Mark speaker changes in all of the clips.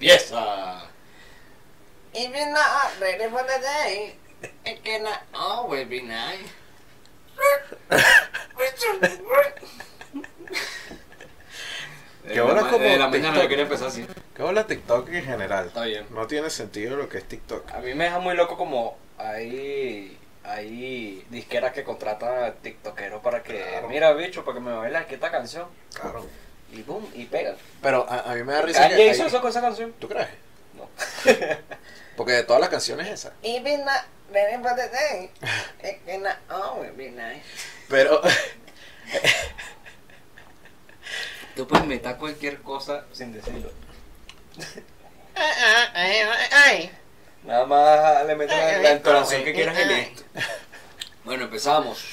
Speaker 1: empieza. If you're not ready for the day, it cannot always be nice.
Speaker 2: Que ahora
Speaker 3: de,
Speaker 2: como
Speaker 3: de la mañana
Speaker 2: TikTok.
Speaker 3: lo quería empezar así.
Speaker 2: ¿Qué habla TikTok en general?
Speaker 3: Está bien.
Speaker 2: No tiene sentido lo que es TikTok.
Speaker 3: A mí me deja muy loco como hay, hay disqueras que contratan a tiktokeros para que,
Speaker 2: Claro.
Speaker 3: mira bicho, para que me bailes aquí esta canción.
Speaker 2: Claro.
Speaker 3: Y boom, y pega.
Speaker 2: Pero a, a mí me da risa.
Speaker 3: ¿Kanye
Speaker 2: que
Speaker 3: hizo
Speaker 2: hay-
Speaker 3: eso con esa canción?
Speaker 2: ¿Tú crees?
Speaker 3: No.
Speaker 2: Porque de todas las canciones esa.
Speaker 1: If you're not ready for the day, it cannot always be nice.
Speaker 2: Pero
Speaker 3: Tú puedes inventar cualquier cosa sin decirlo.
Speaker 1: Ay, ay, ay, ay, ay.
Speaker 3: Nada más le metes la, la entonación
Speaker 1: Ay,
Speaker 3: que
Speaker 1: ay,
Speaker 3: quieras y
Speaker 1: ay.
Speaker 3: listo. Bueno, empezamos.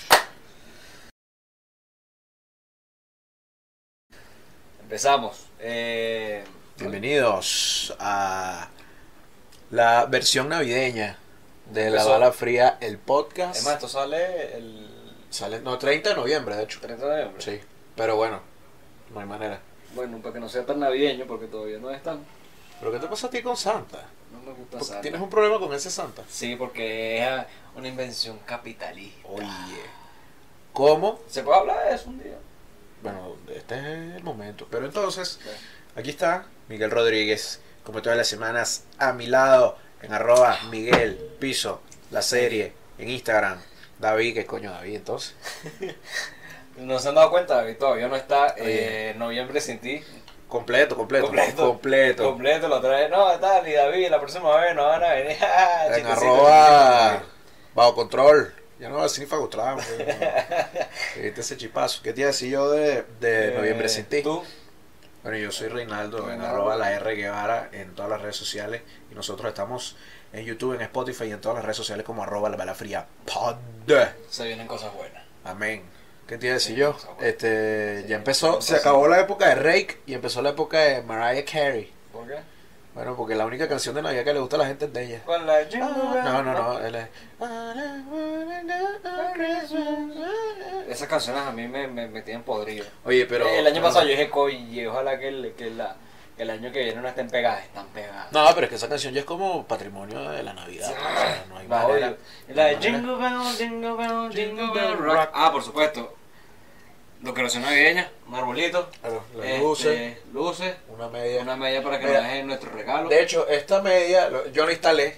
Speaker 3: Empezamos. Eh,
Speaker 2: bienvenidos a la versión navideña de La
Speaker 3: Empezó.
Speaker 2: Bala Fría, el podcast.
Speaker 3: es más, esto sale el
Speaker 2: Sale, no, 30 de noviembre, de hecho.
Speaker 3: 30 de noviembre.
Speaker 2: Sí, pero bueno, no hay manera.
Speaker 3: Bueno, para que no sea tan navideño, porque todavía no están.
Speaker 2: ¿Pero qué te pasa a ti con Santa?
Speaker 3: No me gusta
Speaker 2: Porque
Speaker 3: Santa.
Speaker 2: ¿Tienes un problema con ese Santa?
Speaker 3: Sí, porque es ah, una invención capitalista.
Speaker 2: Oye. ¿Cómo?
Speaker 3: ¿Se puede hablar de eso un día?
Speaker 2: Bueno, este es el momento. Pero entonces, aquí está Miguel Rodríguez, como todas las semanas, a mi lado, en arroba Miguel Piso, la serie, en Instagram. David, ¿qué coño David entonces?
Speaker 3: No se han dado cuenta, David todavía no está.
Speaker 2: Oye.
Speaker 3: Eh, noviembre sin ti.
Speaker 2: Completo, completo.
Speaker 3: Completo.
Speaker 2: Completo.
Speaker 3: Completo, lo trae. No, tal, y David, la próxima vez no van a venir. Ah,
Speaker 2: en
Speaker 3: chistecito,
Speaker 2: arroba
Speaker 3: chistecito.
Speaker 2: bajo control. Ya no va a decir ni fagotrán, Este ese chipazo. ¿Qué te iba a decir yo de, de
Speaker 3: Eh,
Speaker 2: noviembre sin ti?
Speaker 3: Tú,
Speaker 2: Bueno, yo soy Reinaldo, en
Speaker 3: Reinaldo.
Speaker 2: arroba la R Guevara en todas las redes sociales. Y nosotros estamos en YouTube, en Spotify y en todas las redes sociales como arroba la bala fría pod.
Speaker 3: se vienen cosas buenas.
Speaker 2: Amén. ¿Qué te iba a decir yo?
Speaker 3: Sí,
Speaker 2: Este,
Speaker 3: sí,
Speaker 2: ya empezó,
Speaker 3: sí,
Speaker 2: se
Speaker 3: sí.
Speaker 2: acabó la época de Rake y empezó la época de Mariah Carey.
Speaker 3: ¿Por qué?
Speaker 2: Bueno, porque la única canción de Navidad que le gusta a la gente es de ella.
Speaker 3: Con la lluvia.
Speaker 2: Ah, No, no, no. él es-
Speaker 3: Esas canciones a mí me, me, me tienen podrido.
Speaker 2: Oye, pero.
Speaker 3: el año pasado yo dije, coye, ojalá que, el, que la, que el año que viene no estén pegadas, están pegadas.
Speaker 2: No, pero es que esa canción ya es como patrimonio de la Navidad. pues, o sea, no hay
Speaker 3: Va,
Speaker 2: manera.
Speaker 3: oye, La de
Speaker 2: no hay manera.
Speaker 3: Jingle Bell, Jingle Bell, Jingle Bell Rock. Ah, por supuesto. Decoración navideña, un arbolito,
Speaker 2: Claro, las
Speaker 3: este,
Speaker 2: luces,
Speaker 3: luces,
Speaker 2: una media.
Speaker 3: una media para que
Speaker 2: Mira.
Speaker 3: nos dejen nuestro regalo.
Speaker 2: De hecho, esta media lo- yo la instalé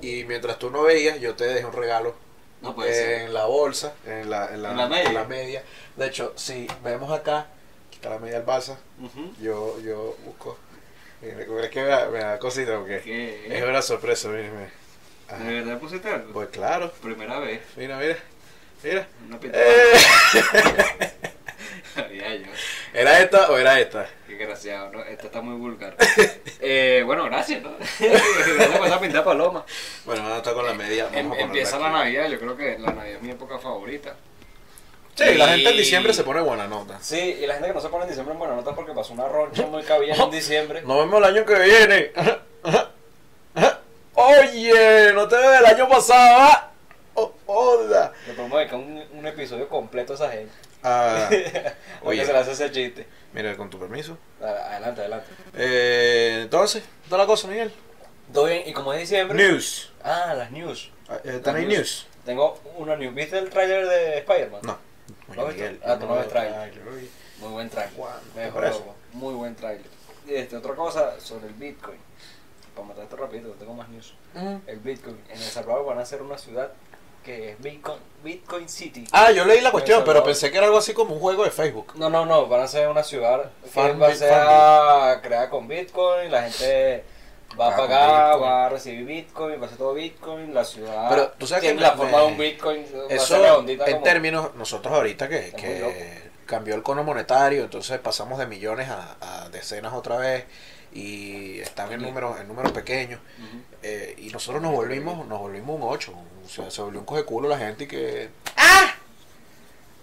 Speaker 2: y mientras tú no veías, yo te dejé un regalo
Speaker 3: No puede
Speaker 2: eh,
Speaker 3: ser.
Speaker 2: en la bolsa, en la, en la,
Speaker 3: ¿En la media?
Speaker 2: en la media. De hecho, si vemos acá, que está la media del balsa,
Speaker 3: Ujú.
Speaker 2: yo, yo busco. Mira, Es que me da, me da cosita porque
Speaker 3: ¿Qué?
Speaker 2: es una sorpresa, mira, mira. Ajá.
Speaker 3: ¿De verdad pusiste algo?
Speaker 2: Pues claro,
Speaker 3: Primera vez.
Speaker 2: mira, mira, mira.
Speaker 3: Una pintada.
Speaker 2: Eh,
Speaker 3: Sabía yo.
Speaker 2: ¿Era esta o era esta?
Speaker 3: Qué desgraciado, ¿no? Esta está muy vulgar. Eh, bueno, gracias, ¿no? gracias por esa pintada paloma.
Speaker 2: Bueno, ahora está con la media. vamos a
Speaker 3: Em-
Speaker 2: ponerla
Speaker 3: empieza
Speaker 2: aquí.
Speaker 3: la Navidad, yo creo que la Navidad es mi época favorita.
Speaker 2: Sí, la gente en
Speaker 3: Y-
Speaker 2: diciembre se pone buena nota.
Speaker 3: Sí, y la gente que no se pone en diciembre, bueno, nota porque pasó una roncha muy cabilla en diciembre.
Speaker 2: Nos vemos el año que viene. Oye, no te veo el año pasado. ¿ah? Oh, hola.
Speaker 3: Le podemos dedicar un, un episodio completo a esa gente.
Speaker 2: Ah,
Speaker 3: Oye.
Speaker 2: Oye.
Speaker 3: se le hace ese chiste.
Speaker 2: mira, con tu permiso.
Speaker 3: A- Adelante, adelante.
Speaker 2: Eh, entonces, toda la cosa, Miguel.
Speaker 3: Todo bien, y como es diciembre.
Speaker 2: News.
Speaker 3: Ah, las news.
Speaker 2: Ah, eh,
Speaker 3: Las
Speaker 2: ¿Tenéis news?
Speaker 3: Tengo una news. ¿Viste el tráiler de Spider-Man?
Speaker 2: No.
Speaker 3: ¿No has visto? Ah, tú no ves trailer.
Speaker 2: oye.
Speaker 3: Muy buen trailer.
Speaker 2: Guau,
Speaker 3: Me
Speaker 2: ¿te
Speaker 3: dejó
Speaker 2: parece?
Speaker 3: loco. Muy buen trailer. Este, otra cosa sobre el Bitcoin. Para matar esto rapidito, que tengo más news. El Bitcoin. En El Salvador van a hacer una ciudad que es Bitcoin, Bitcoin City.
Speaker 2: Ah, yo leí la cuestión,
Speaker 3: Eso,
Speaker 2: pero
Speaker 3: ¿no?
Speaker 2: pensé que era algo así como un juego de Facebook.
Speaker 3: No, no, no, van a ser una ciudad
Speaker 2: Fan
Speaker 3: que va a
Speaker 2: bit-
Speaker 3: ser
Speaker 2: fan
Speaker 3: a- creada con Bitcoin, la gente va
Speaker 2: Ah,
Speaker 3: a
Speaker 2: con
Speaker 3: pagar,
Speaker 2: Bitcoin.
Speaker 3: va a recibir Bitcoin, va a ser todo Bitcoin, la ciudad
Speaker 2: Pero, ¿tú sabes
Speaker 3: tiene
Speaker 2: que
Speaker 3: la
Speaker 2: me-
Speaker 3: forma de un
Speaker 2: me-
Speaker 3: Bitcoin, va a ser
Speaker 2: Eso, en
Speaker 3: redondita como-
Speaker 2: términos, nosotros ahorita que,
Speaker 3: Está muy
Speaker 2: que
Speaker 3: loco.
Speaker 2: cambió el cono monetario, entonces pasamos de millones a, a decenas otra vez y están en
Speaker 3: Sí.
Speaker 2: números, en números pequeños.
Speaker 3: Ujú.
Speaker 2: eh, y nosotros nos volvimos, nos volvimos un 8. O sea, se volvió un coge culo la gente y que.
Speaker 1: Ah,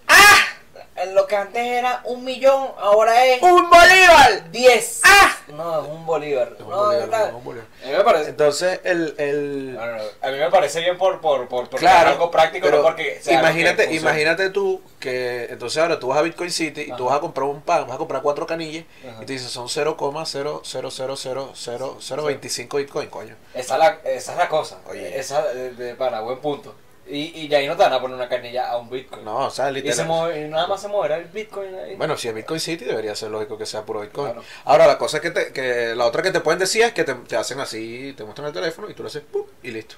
Speaker 1: ah, lo que antes era un millón, ahora es
Speaker 2: ¡Un bolívar!
Speaker 1: 10.
Speaker 2: ¡Ah!
Speaker 3: No, es un bolívar.
Speaker 2: Es un
Speaker 3: No, de
Speaker 2: bolívar,
Speaker 3: verdad.
Speaker 2: es un bolívar.
Speaker 3: A mí me parece.
Speaker 2: Entonces, el. el...
Speaker 3: No, no, no. A mí me parece bien por, por, por, por
Speaker 2: Claro,
Speaker 3: algo práctico,
Speaker 2: pero
Speaker 3: no porque. sea algo que
Speaker 2: imagínate,
Speaker 3: funcione.
Speaker 2: imagínate tú que entonces ahora tú vas a Bitcoin City y
Speaker 3: Ajá.
Speaker 2: tú vas a comprar un pan, vas a comprar cuatro canillas
Speaker 3: Ajá.
Speaker 2: y te dicen son 0,0000025 Bitcoin, coño.
Speaker 3: Esa, es la, esa es la cosa.
Speaker 2: Oye.
Speaker 3: Esa de, de- para buen punto. Y, y ya ahí no te van a poner una canilla a un Bitcoin.
Speaker 2: No, o sea,
Speaker 3: y, se
Speaker 2: literal.
Speaker 3: mueve- y nada más se moverá el Bitcoin ahí.
Speaker 2: Bueno, si es Bitcoin City debería ser lógico que sea puro Bitcoin.
Speaker 3: Claro.
Speaker 2: Ahora la cosa es que, te- que la otra que te pueden decir es que te, te hacen así, te muestran el teléfono y tú le haces ¡pum! y listo.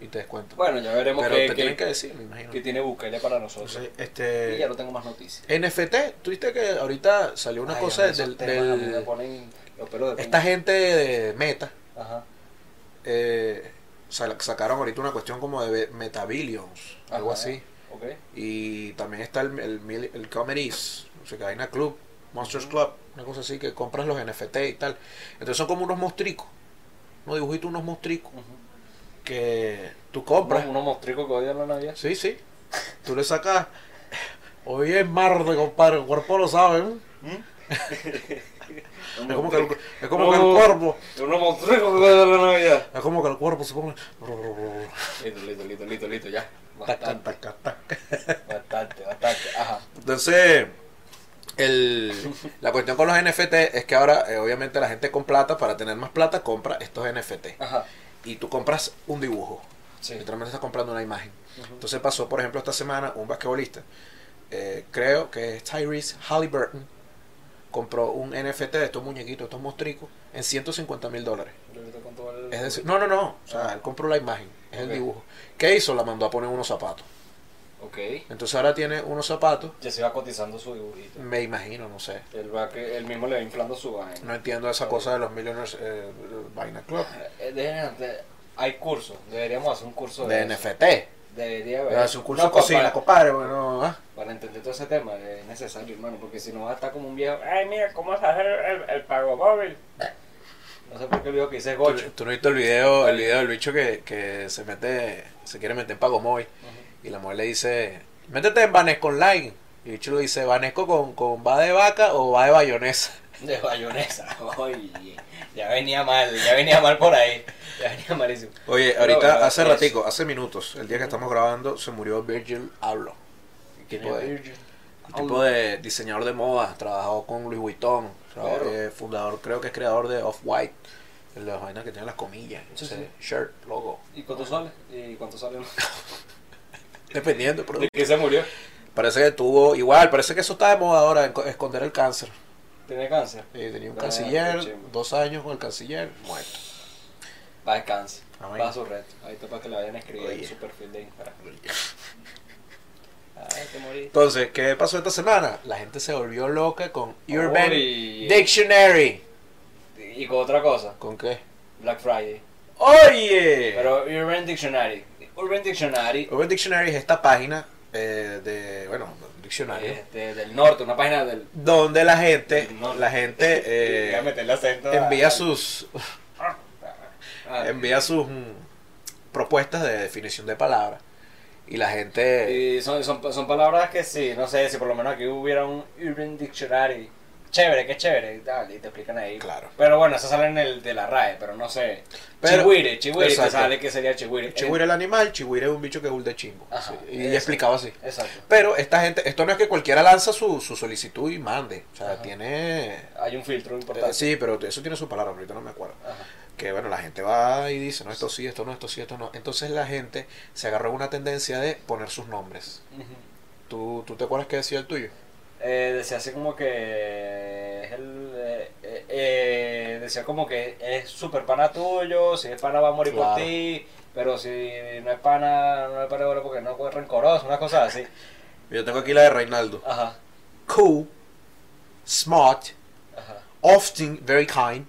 Speaker 2: Y te descuentan.
Speaker 3: Bueno, ya veremos
Speaker 2: Pero
Speaker 3: qué,
Speaker 2: te
Speaker 3: qué-
Speaker 2: tienen que decir, me imagino.
Speaker 3: qué tiene Bukele para nosotros.
Speaker 2: Entonces,
Speaker 3: Y ya
Speaker 2: este
Speaker 3: no tengo más noticias.
Speaker 2: NFT, tuviste que ahorita salió una
Speaker 3: Ay,
Speaker 2: cosa
Speaker 3: esos
Speaker 2: del,
Speaker 3: temas
Speaker 2: del-
Speaker 3: a mí me ponen los pelos de
Speaker 2: esta
Speaker 3: punta.
Speaker 2: gente de Meta
Speaker 3: Ajá.
Speaker 2: eh, sal- sacaron ahorita una cuestión como de be- metabillions, algo
Speaker 3: Ajá.
Speaker 2: así.
Speaker 3: Ok.
Speaker 2: Y también está el, el, mil- el Comedies, o sea, que hay una club, Monsters Club, una cosa así que compras los NFT y tal. Entonces son como unos mostricos, unos dibujitos, unos mostricos
Speaker 3: Ujú.
Speaker 2: que tú compras.
Speaker 3: Unos, unos mostricos que odian la Navidad.
Speaker 2: Sí, sí. Tú le sacas. Hoy es martes, compadre, el cuerpo lo sabe. ¿eh? Es como que el, es como que el
Speaker 3: Oh.
Speaker 2: cuerpo.
Speaker 3: Unos mostricos que odian la Navidad.
Speaker 2: Es como que el cuerpo se pone.
Speaker 3: Listo, listo, listo, listo, listo, ya.
Speaker 2: Tac,
Speaker 3: Bastante,
Speaker 2: tac, tac, tac, tac.
Speaker 3: bastante, bastante. Ajá.
Speaker 2: Entonces, el, la cuestión con los NFT es que ahora, eh, obviamente, la gente con plata, para tener más plata, compra estos NFT.
Speaker 3: Ajá.
Speaker 2: Y tú compras un dibujo.
Speaker 3: Sí.
Speaker 2: Literalmente estás comprando una imagen.
Speaker 3: Ujú.
Speaker 2: Entonces pasó, por ejemplo, esta semana un basquetbolista, eh, creo que es Tyrese Halliburton, compró un NFT de estos muñequitos, estos mostricos, en 150 mil dólares.
Speaker 3: Ahorita cuánto vale el-
Speaker 2: Es decir, no, no, no. O sea, él compró la imagen, es el
Speaker 3: Ok.
Speaker 2: dibujo. ¿Qué hizo? La mandó a poner unos zapatos.
Speaker 3: Ok.
Speaker 2: Entonces ahora tiene unos zapatos,
Speaker 3: Ya se va cotizando su dibujito.
Speaker 2: me imagino, no sé.
Speaker 3: Él, va que, él mismo le va inflando su vaina.
Speaker 2: No entiendo esa cosa de los Millionaires eh, Vaina Club.
Speaker 3: Eh, dejen- de- hay cursos. Deberíamos hacer un curso
Speaker 2: De
Speaker 3: eso.
Speaker 2: NFT.
Speaker 3: Debería haber.
Speaker 2: Es un Ah, curso
Speaker 3: No,
Speaker 2: de cocina,
Speaker 3: para-
Speaker 2: compadre. Bueno, ah.
Speaker 3: Para entender todo ese tema es necesario, hermano, porque si no va a estar como un viejo. Ay, mira, ¿cómo vas a hacer el, el pago móvil? No sé por qué el viejo que dice es
Speaker 2: ¿Tú,
Speaker 3: gocho.
Speaker 2: tú no viste el video, el video del bicho que, que se mete, se quiere meter en pago móvil. Y la mujer le dice, métete en Vanesco Online. Y el bicho le dice, Vanesco con, con va de vaca o va de bayonesa.
Speaker 3: De bayonesa. Oye, ya venía mal, ya venía mal por ahí. Ya venía malísimo.
Speaker 2: Oye,
Speaker 3: Pero
Speaker 2: ahorita,
Speaker 3: bueno,
Speaker 2: hace
Speaker 3: es-
Speaker 2: ratico, hace minutos, el día que estamos grabando, se murió Virgil Abloh. Tipo de, tipo de diseñador de moda, trabajó con Louis Vuitton, trabajó-
Speaker 3: Claro.
Speaker 2: eh, fundador, creo que es creador de Off-White, el de las vainas que tienen las comillas,
Speaker 3: Sí,
Speaker 2: ese
Speaker 3: sí.
Speaker 2: shirt, logo,
Speaker 3: ¿Y cuánto sale? ¿Y cuánto sale?
Speaker 2: dependiendo. pero-
Speaker 3: ¿De qué se murió?
Speaker 2: Parece que tuvo, igual, parece que eso está de moda ahora, enco- esconder el cáncer.
Speaker 3: ¿Tenía cáncer?
Speaker 2: Eh, tenía un
Speaker 3: Ah, qué
Speaker 2: canciller,
Speaker 3: chimbo.
Speaker 2: dos años con el canciller, muerto.
Speaker 3: Va a cáncer.
Speaker 2: Amén.
Speaker 3: Va a su red. Ahí está para que le vayan a escribir
Speaker 2: Ah, Oye.
Speaker 3: en su perfil de Instagram. Ay, te morí.
Speaker 2: Entonces, ¿qué pasó esta semana? La gente se volvió loca con Urban
Speaker 3: Oye.
Speaker 2: Dictionary.
Speaker 3: Y con otra cosa,
Speaker 2: ¿Con qué?
Speaker 3: Black Friday.
Speaker 2: ¡Oye!
Speaker 3: Pero Urban Dictionary. Urban Dictionary
Speaker 2: Urban Dictionary es esta página eh, de, bueno, diccionario,
Speaker 3: este, del norte, una página del.
Speaker 2: donde la gente,
Speaker 3: No.
Speaker 2: la gente eh,
Speaker 3: Voy a meterle acento a-
Speaker 2: envía sus,
Speaker 3: Ah,
Speaker 2: envía sus mm, propuestas de definición de palabras y la gente,
Speaker 3: y son, son, son palabras que sí, no sé si por lo menos aquí hubiera un Urban Dictionary. Chévere, qué chévere, y tal, y te explican ahí.
Speaker 2: Claro.
Speaker 3: Pero bueno, eso sale en el de la RAE, pero no sé.
Speaker 2: Pero-
Speaker 3: chihuire, chihuire, te
Speaker 2: Exacto.
Speaker 3: sale que sería chihuire.
Speaker 2: Chihuire el animal, Chihuire es un bicho que es un de chingo.
Speaker 3: Ajá,
Speaker 2: Sí, y
Speaker 3: eso.
Speaker 2: explicaba así.
Speaker 3: Eh, Exacto.
Speaker 2: Pero esta gente, esto no es que cualquiera lanza su, su solicitud y mande. O sea,
Speaker 3: Ajá.
Speaker 2: tiene...
Speaker 3: Hay un filtro
Speaker 2: eh,
Speaker 3: importante.
Speaker 2: sí, pero eso tiene su palabra, ahorita no me acuerdo.
Speaker 3: Ajá.
Speaker 2: que bueno, la gente va y dice, no, esto sí, esto no, esto sí, esto no. Entonces la gente se agarró una tendencia de poner sus nombres.
Speaker 3: Ujú.
Speaker 2: ¿Tú, tú te acuerdas que decía el tuyo?
Speaker 3: Eh, decía así como que es el, eh, eh, eh, decía como que es súper pana tuyo, si es pana va a morir
Speaker 2: Claro.
Speaker 3: por ti, pero si no es pana, no es pana bueno, porque no es rencoroso, una cosa así.
Speaker 2: Yo tengo aquí la de Reinaldo.
Speaker 3: Ajá,
Speaker 2: Cool, smart,
Speaker 3: ajá,
Speaker 2: often very kind,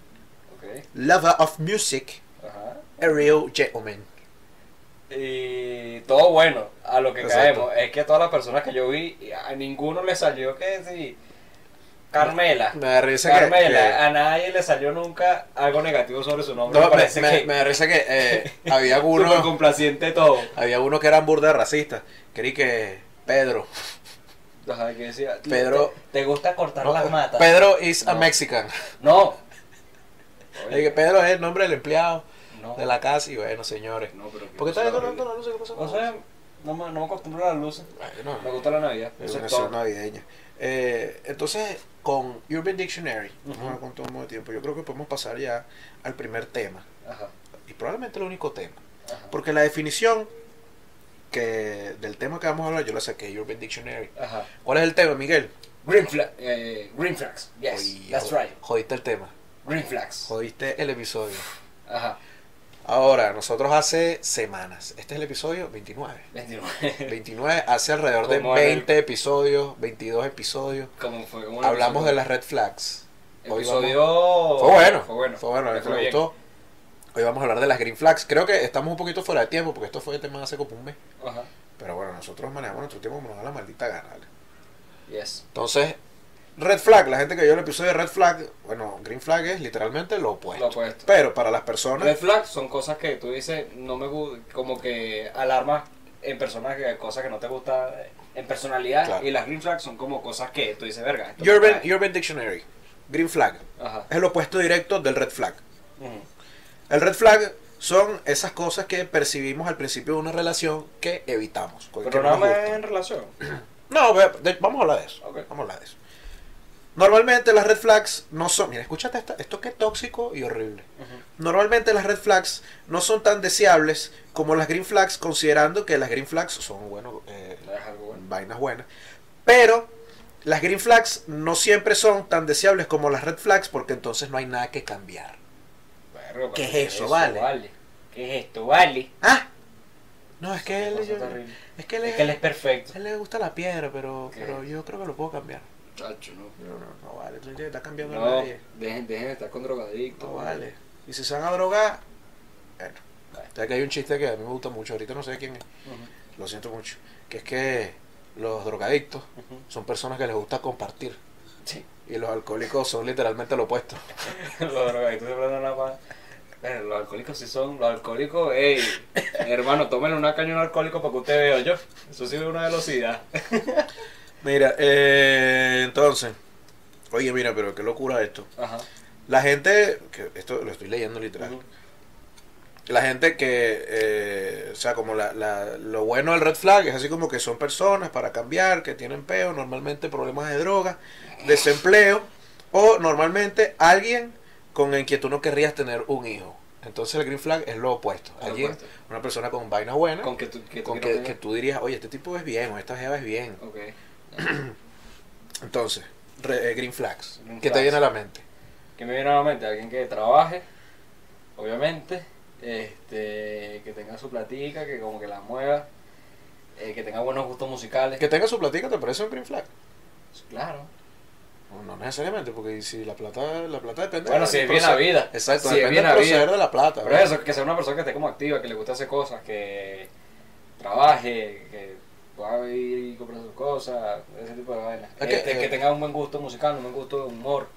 Speaker 3: ok,
Speaker 2: lover of music,
Speaker 3: ajá.
Speaker 2: a real gentleman.
Speaker 3: Y todo bueno, a lo que
Speaker 2: Exacto.
Speaker 3: caemos, es que a todas las personas que yo vi, a ninguno le salió que sí. Carmela.
Speaker 2: Me da risa que-
Speaker 3: Carmela,
Speaker 2: que-
Speaker 3: a nadie le salió nunca algo negativo sobre su nombre.
Speaker 2: No,
Speaker 3: me
Speaker 2: me,
Speaker 3: parece
Speaker 2: me-
Speaker 3: que
Speaker 2: me da risa que eh, había
Speaker 3: súper
Speaker 2: uno,
Speaker 3: complaciente todo.
Speaker 2: había uno que era burda racista. Creí que Pedro.
Speaker 3: Ajá, que decía, "Te-
Speaker 2: Pedro-
Speaker 3: ¿Te, gusta cortar
Speaker 2: No,
Speaker 3: las matas?
Speaker 2: Pedro is a
Speaker 3: No.
Speaker 2: Mexican.
Speaker 3: No.
Speaker 2: Es que Pedro es el nombre del empleado
Speaker 3: no.
Speaker 2: de la casa y bueno, señores.
Speaker 3: No, pero. que
Speaker 2: ¿Por
Speaker 3: no
Speaker 2: qué estás
Speaker 3: sea
Speaker 2: detonando
Speaker 3: horrible.
Speaker 2: la luz? ¿Qué pasó?
Speaker 3: No sé, no me, no me acostumbro a las luces.
Speaker 2: Bueno,
Speaker 3: Me gusta la Navidad.
Speaker 2: es
Speaker 3: Eso
Speaker 2: una
Speaker 3: es
Speaker 2: ciudad
Speaker 3: todo.
Speaker 2: navideña. Eh, entonces, con Urban Dictionary, no
Speaker 3: Ujú.
Speaker 2: me contó mucho tiempo, yo creo que podemos pasar ya al primer tema.
Speaker 3: Ajá.
Speaker 2: Y probablemente el único tema.
Speaker 3: Ajá.
Speaker 2: Porque la definición que del tema que vamos a hablar, yo la saqué de Urban Dictionary.
Speaker 3: Ajá.
Speaker 2: ¿Cuál es el tema, Miguel?
Speaker 3: Green flag. Eh, green flags. Yes.
Speaker 2: Oye,
Speaker 3: that's
Speaker 2: jo-
Speaker 3: right.
Speaker 2: Jodiste el tema.
Speaker 3: Green flags.
Speaker 2: Jodiste el episodio.
Speaker 3: Ajá.
Speaker 2: Ahora, nosotros hace semanas. Este es el episodio 29.
Speaker 3: 29.
Speaker 2: 29 hace alrededor de
Speaker 3: Como en el-
Speaker 2: 20 episodios, 22 episodios.
Speaker 3: ¿Cómo fue? ¿Cómo lo
Speaker 2: Hablamos
Speaker 3: hizo?
Speaker 2: de las red flags. Hoy
Speaker 3: Episodio.
Speaker 2: Fue bueno.
Speaker 3: Fue bueno.
Speaker 2: a la gente
Speaker 3: Fue
Speaker 2: le
Speaker 3: bien.
Speaker 2: gustó. Hoy vamos a hablar de las green flags. Creo que estamos un poquito fuera de tiempo porque esto fue el tema hace como un mes.
Speaker 3: Ajá.
Speaker 2: Pero bueno, nosotros manejamos nuestro tiempo como nos da la maldita gana. ¿vale?
Speaker 3: Yes.
Speaker 2: Entonces, red flag, la gente que vio el episodio de red flag, bueno, green flag es literalmente lo opuesto.
Speaker 3: Lo opuesto.
Speaker 2: Pero para las personas,
Speaker 3: Red flags son cosas que tú dices, no me gusta, como que alarmas en personas, que, cosas que no te gustan en personalidad.
Speaker 2: Claro.
Speaker 3: Y las green flags son como cosas que tú dices, verga. esto me
Speaker 2: Urban,
Speaker 3: cae".
Speaker 2: Urban Dictionary, green flag,
Speaker 3: Ajá.
Speaker 2: es el opuesto directo del red flag.
Speaker 3: Ujú.
Speaker 2: El red flag son esas cosas que percibimos al principio de una relación que evitamos. porque
Speaker 3: Pero
Speaker 2: no
Speaker 3: nada
Speaker 2: nos
Speaker 3: más
Speaker 2: gustan.
Speaker 3: en relación.
Speaker 2: No, ve- de- vamos a hablar de eso.
Speaker 3: Ok.
Speaker 2: Vamos a hablar de eso. Normalmente las red flags no son. Mira, escúchate esta- esto que es tóxico y horrible. Normalmente las red flags no son tan deseables como las green flags, considerando que las green flags son, bueno, eh,
Speaker 3: Es algo bueno.
Speaker 2: vainas buenas. Pero las green flags no siempre son tan deseables como las red flags porque entonces no hay nada que cambiar.
Speaker 3: Verga,
Speaker 2: ¿Qué
Speaker 3: pero
Speaker 2: es eso, vale?
Speaker 3: ¿Qué es esto, vale?
Speaker 2: Ah, no, es que
Speaker 3: Qué
Speaker 2: él,
Speaker 3: cosa
Speaker 2: yo-
Speaker 3: terrible.
Speaker 2: es que él,
Speaker 3: Es que él es perfecto.
Speaker 2: a él le gusta la piedra, pero,
Speaker 3: Ok.
Speaker 2: pero yo creo que lo puedo cambiar.
Speaker 3: Chacho, no.
Speaker 2: No, no, no vale, tú no estás cambiando a
Speaker 3: No,
Speaker 2: nadie.
Speaker 3: dejen, dejen de estar con drogadictos.
Speaker 2: No vale. Y si se van a drogar, bueno.
Speaker 3: Vale.
Speaker 2: Ya que hay un chiste que a mí me gusta mucho, ahorita no sé quién es,
Speaker 3: Ujú,
Speaker 2: lo siento mucho, que es que los drogadictos
Speaker 3: ujú.
Speaker 2: son personas que les gusta compartir
Speaker 3: Sí.
Speaker 2: y los alcohólicos son literalmente lo opuesto.
Speaker 3: los drogadictos siempre andan nada más. Pero Eh, los alcohólicos sí son. Los alcohólicos, ey, hermano, tómenle una caña a un alcohólico para que usted vea yo. Eso sí es una velocidad.
Speaker 2: Mira, eh, entonces, oye, mira, pero qué locura esto.
Speaker 3: Ajá.
Speaker 2: La gente, que esto lo estoy leyendo literal,
Speaker 3: Ujú.
Speaker 2: la gente que, eh, o sea, como la, la- lo bueno del red flag es así como que son personas para cambiar, que tienen peo, normalmente problemas de droga, desempleo, o normalmente alguien con el que tú no querrías tener un hijo. Entonces el green flag es lo opuesto.
Speaker 3: Lo
Speaker 2: Alguien,
Speaker 3: opuesto.
Speaker 2: una persona con vainas buenas,
Speaker 3: Con
Speaker 2: con,
Speaker 3: que tú. Que tú
Speaker 2: que,
Speaker 3: quieras
Speaker 2: que
Speaker 3: tener-
Speaker 2: tú dirías, oye, este tipo es bien, o esta jeva es bien.
Speaker 3: Ok.
Speaker 2: Entonces, re- eh, green flags,
Speaker 3: Green
Speaker 2: ¿qué te
Speaker 3: flags.
Speaker 2: viene a la mente?
Speaker 3: Que me viene a la mente alguien que trabaje, obviamente, este, que tenga su platica, que como que la mueva, eh, que tenga buenos gustos musicales.
Speaker 2: Que tenga su platica, ¿te parece un green flag?
Speaker 3: Claro.
Speaker 2: Pues No, no necesariamente, porque si la plata, la plata depende
Speaker 3: Bueno,
Speaker 2: del
Speaker 3: si es bien
Speaker 2: proce-
Speaker 3: habida.
Speaker 2: Exacto,
Speaker 3: Si es
Speaker 2: depende
Speaker 3: bien
Speaker 2: del proceder
Speaker 3: habida.
Speaker 2: de la plata.
Speaker 3: Pero
Speaker 2: ¿verdad?
Speaker 3: eso, que sea una persona que esté como activa, que le guste hacer cosas, que trabaje, que pueda ir y comprar sus cosas, ese tipo de vainas.
Speaker 2: Es que-
Speaker 3: Este,
Speaker 2: eh,
Speaker 3: que tenga un buen gusto musical, un buen gusto de humor.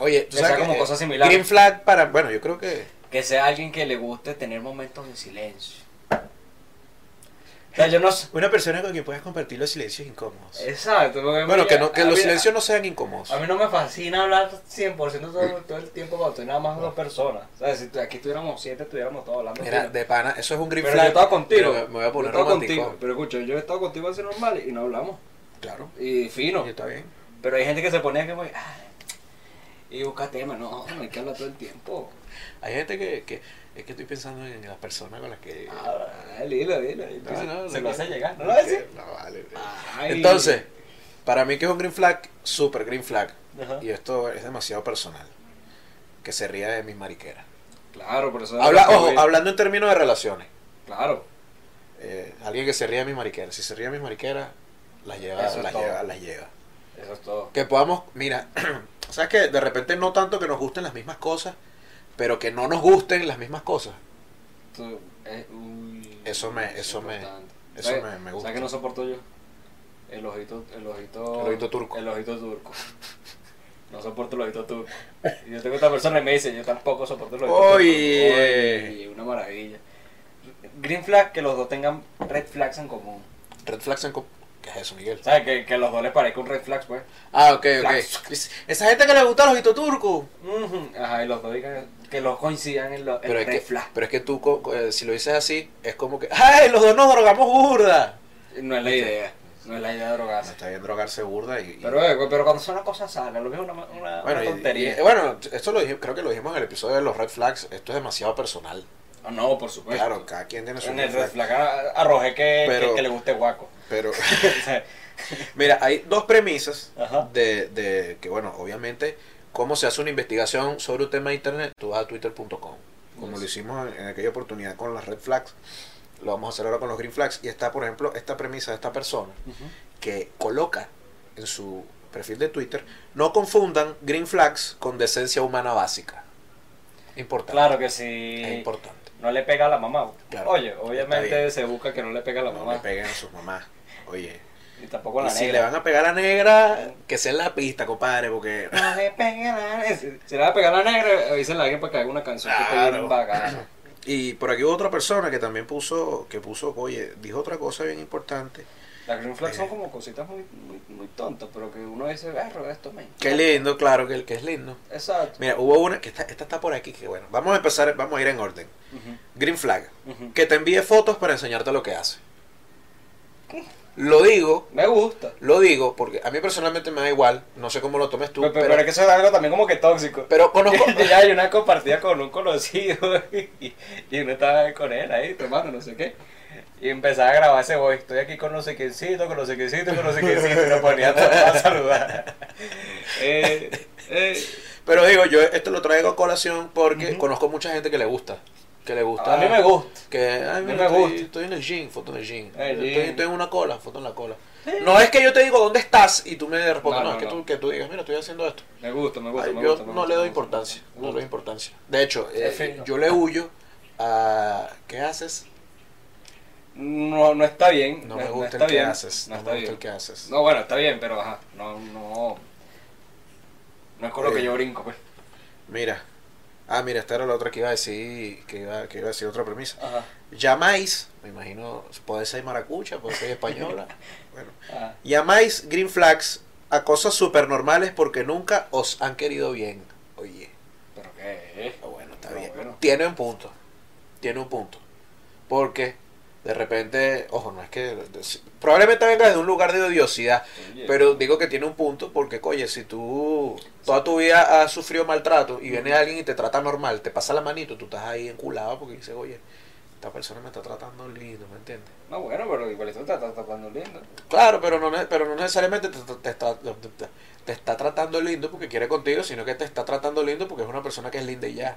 Speaker 2: Oye,
Speaker 3: que
Speaker 2: tú sabes
Speaker 3: sea como
Speaker 2: eh,
Speaker 3: cosas similares.
Speaker 2: Green flag para, bueno, yo creo que
Speaker 3: Que sea alguien que le guste tener momentos de silencio. O sea, yo no sé.
Speaker 2: una persona con quien puedas compartir los silencios incómodos.
Speaker 3: Exacto. porque
Speaker 2: bueno,
Speaker 3: mira,
Speaker 2: que no, que
Speaker 3: a
Speaker 2: los
Speaker 3: mí-
Speaker 2: silencios no sean incómodos.
Speaker 3: A mí no me fascina hablar 100% todo, todo el tiempo cuando estoy nada más dos personas. O sea, si tu- aquí estuviéramos siete, estuviéramos todos hablando.
Speaker 2: Mira,
Speaker 3: Mira,
Speaker 2: de pana, eso es un green
Speaker 3: pero yo
Speaker 2: flag.
Speaker 3: estaba contigo.
Speaker 2: Pero Me voy a poner
Speaker 3: yo estaba
Speaker 2: romántico.
Speaker 3: contigo. Pero escucha, yo he estado contigo así normal y no hablamos.
Speaker 2: Claro.
Speaker 3: Y fino.
Speaker 2: Oye, está bien.
Speaker 3: Pero hay gente que se pone que muy. "Ah", Y busca temas, no, no hay que hablar todo el tiempo.
Speaker 2: Hay gente que, que es que estoy pensando en las personas con las que
Speaker 3: Ah, dilo, dilo.
Speaker 2: No,
Speaker 3: Se-
Speaker 2: no,
Speaker 3: se
Speaker 2: no,
Speaker 3: lo
Speaker 2: no.
Speaker 3: hace llegar, ¿no lo hace?
Speaker 2: No vale.
Speaker 3: Ay.
Speaker 2: Entonces, para mí que es un green flag, super green flag.
Speaker 3: Ajá.
Speaker 2: Y esto es demasiado personal. Que se ría de mis mariqueras.
Speaker 3: Claro, por eso.
Speaker 2: Habla, ojo, hablando en términos de relaciones.
Speaker 3: Claro.
Speaker 2: eh, alguien que se ría de mis mariqueras. Si se ría de mis mariqueras, las lleva,
Speaker 3: Eso es
Speaker 2: las
Speaker 3: todo.
Speaker 2: lleva, las lleva.
Speaker 3: Eso es todo.
Speaker 2: Que podamos, mira, ¿sabes que De repente no tanto que nos gusten las mismas cosas, pero que no nos gusten las mismas cosas.
Speaker 3: Tú- eh, uy,
Speaker 2: Eso me-
Speaker 3: es
Speaker 2: eso me-
Speaker 3: importante.
Speaker 2: eso
Speaker 3: ¿Sabes-
Speaker 2: me- me gusta.
Speaker 3: ¿Sabes qué no soporto yo? El ojito, el ojito.
Speaker 2: El ojito turco.
Speaker 3: El ojito turco. No soporto el ojito turco. Y yo tengo esta persona y me dice, yo tampoco soporto el ojito
Speaker 2: Oye.
Speaker 3: turco. Oye, una maravilla. Green flag que los dos tengan red flags en común.
Speaker 2: Red flags en co- ¿Qué es eso, Miguel?
Speaker 3: O sea, que, que los goles parezcan un red flag, pues.
Speaker 2: Ah, ok, ok. Es- Esa gente que le gusta los hitos turcos.
Speaker 3: Ujú, Ajá, y los dos digan que los coincidan en los
Speaker 2: Pero es,
Speaker 3: red
Speaker 2: que,
Speaker 3: flag.
Speaker 2: pero es que tú, co- co- eh, si lo dices así, es como que, ¡ay, los dos nos drogamos burda!
Speaker 3: No es la idea. No es la idea de drogarse.
Speaker 2: Está bien drogarse burda y... y-
Speaker 3: Pero, eh, güey, pero cuando son las cosas sanas, lo que es una, una,
Speaker 2: bueno,
Speaker 3: una
Speaker 2: y-
Speaker 3: tontería.
Speaker 2: y- bueno, esto lo dije- creo que lo dijimos en el episodio de los red flags. Esto es demasiado personal.
Speaker 3: Ah, no, por supuesto.
Speaker 2: claro, cada quien tiene su
Speaker 3: en el
Speaker 2: red
Speaker 3: red
Speaker 2: flag.
Speaker 3: flag a- arrojé que,
Speaker 2: Pero-
Speaker 3: que, que le guste guaco.
Speaker 2: Pero...
Speaker 3: O sea,
Speaker 2: Mira, hay dos premisas
Speaker 3: Ajá.
Speaker 2: de, de que, bueno, obviamente, cómo se hace una investigación sobre un tema de internet, tú vas a twitter.com. Como
Speaker 3: Yes.
Speaker 2: lo hicimos en, en aquella oportunidad con las red flags, lo vamos a hacer ahora con los green flags. Y está, por ejemplo, esta premisa de esta persona que coloca en su perfil de Twitter, no confundan green flags con decencia humana básica. Importante.
Speaker 3: Claro que
Speaker 2: Es
Speaker 3: si
Speaker 2: importante.
Speaker 3: no le pega a la mamá.
Speaker 2: Claro.
Speaker 3: Oye,
Speaker 2: Está
Speaker 3: obviamente
Speaker 2: bien.
Speaker 3: se busca que no le pegue a la
Speaker 2: no le
Speaker 3: mamá.
Speaker 2: peguen a sus mamás. Oye,
Speaker 3: Y tampoco a
Speaker 2: y
Speaker 3: la
Speaker 2: si
Speaker 3: negra.
Speaker 2: le van a pegar a negra, que sea en la pista, compadre, porque...
Speaker 3: No le pegue a la negra. Si si le va a pegar a la negra, avísenle a alguien para que haga una canción que pegue
Speaker 2: Claro.
Speaker 3: un bagazo.
Speaker 2: Y por aquí hubo otra persona que también puso, que puso, oye, dijo otra cosa bien importante.
Speaker 3: Las green flags
Speaker 2: Eh.
Speaker 3: son como cositas muy, muy, muy tontas, pero que uno dice, verro, esto me...
Speaker 2: Qué lindo, claro, que, que es lindo.
Speaker 3: Exacto.
Speaker 2: Mira, hubo una, que esta, esta está por aquí, que bueno, vamos a empezar, vamos a ir en orden.
Speaker 3: Ujú,
Speaker 2: Green flag,
Speaker 3: ujú.
Speaker 2: que te envíe fotos para enseñarte lo que hace. Lo digo,
Speaker 3: Me gusta.
Speaker 2: lo digo, porque a mí personalmente me da igual, no sé cómo lo tomes tú,
Speaker 3: pero,
Speaker 2: pero,
Speaker 3: pero- pero es que eso es algo también como que tóxico.
Speaker 2: pero conozco...
Speaker 3: Yo ya hay una compartida con un conocido y, y uno estaba con él ahí tomando no sé qué. Y empezaba a grabar ese voy, estoy aquí con no sé quiéncito, con no sé quiéncito, con no sé quiéncito, y nos ponía a todos a saludar. Eh, eh,
Speaker 2: Pero digo, yo esto lo traigo a colación porque
Speaker 3: Ujú.
Speaker 2: conozco mucha gente que le gusta. Que le gusta.
Speaker 3: a mí me gusta.
Speaker 2: Que ay,
Speaker 3: mí
Speaker 2: mira,
Speaker 3: me
Speaker 2: estoy,
Speaker 3: gusta.
Speaker 2: estoy en el gym, foto en el gym.
Speaker 3: El
Speaker 2: estoy,
Speaker 3: gym.
Speaker 2: estoy en una cola, foto en la cola. No es que yo te digo dónde estás y tú me respondas,
Speaker 3: No,
Speaker 2: no,
Speaker 3: no,
Speaker 2: es que,
Speaker 3: no.
Speaker 2: Tú, que tú digas, mira, estoy haciendo esto.
Speaker 3: Me gusta, me gusta,
Speaker 2: Ay,
Speaker 3: me
Speaker 2: yo
Speaker 3: gusta. me
Speaker 2: no
Speaker 3: gusta,
Speaker 2: le
Speaker 3: me gusta,
Speaker 2: doy
Speaker 3: me
Speaker 2: importancia,
Speaker 3: gusta.
Speaker 2: no le doy importancia. De hecho, eh,
Speaker 3: fino.
Speaker 2: yo le huyo a... ¿Qué haces?
Speaker 3: No, no está bien.
Speaker 2: No me gusta
Speaker 3: está
Speaker 2: el que
Speaker 3: bien,
Speaker 2: haces,
Speaker 3: No,
Speaker 2: no,
Speaker 3: está
Speaker 2: me gusta
Speaker 3: bien.
Speaker 2: el que haces.
Speaker 3: No, bueno, está bien, pero ajá, no, no. No es con lo que
Speaker 2: Eh.
Speaker 3: yo brinco, pues.
Speaker 2: Mira. Ah, mira, esta era la otra que iba a decir, que iba, que iba a decir otra premisa.
Speaker 3: Ajá.
Speaker 2: Llamáis, me imagino, puede ser maracucha, puede ser española. bueno,
Speaker 3: ajá.
Speaker 2: Llamáis green flags a cosas supernormales porque nunca os han querido bien. Oye,
Speaker 3: ¿Pero qué?
Speaker 2: ah, bueno, está
Speaker 3: Pero
Speaker 2: bien.
Speaker 3: bueno.
Speaker 2: Tiene un punto. Tiene un punto. Porque de repente, ojo, no es que. Probablemente venga de un lugar de odiosidad.
Speaker 3: Oye.
Speaker 2: Pero digo que tiene un punto porque, oye, si tú toda tu vida has sufrido maltrato y viene alguien y te trata normal, te pasa la manito, tú estás ahí enculado porque dices, oye, esta persona me está tratando lindo, ¿me entiendes?
Speaker 3: No, bueno, pero igual tú te estás tratando lindo.
Speaker 2: Claro, pero no, ne- pero no necesariamente te, te está, te- te está tratando lindo porque quiere contigo, sino que te está tratando lindo porque es una persona que es linda y ya.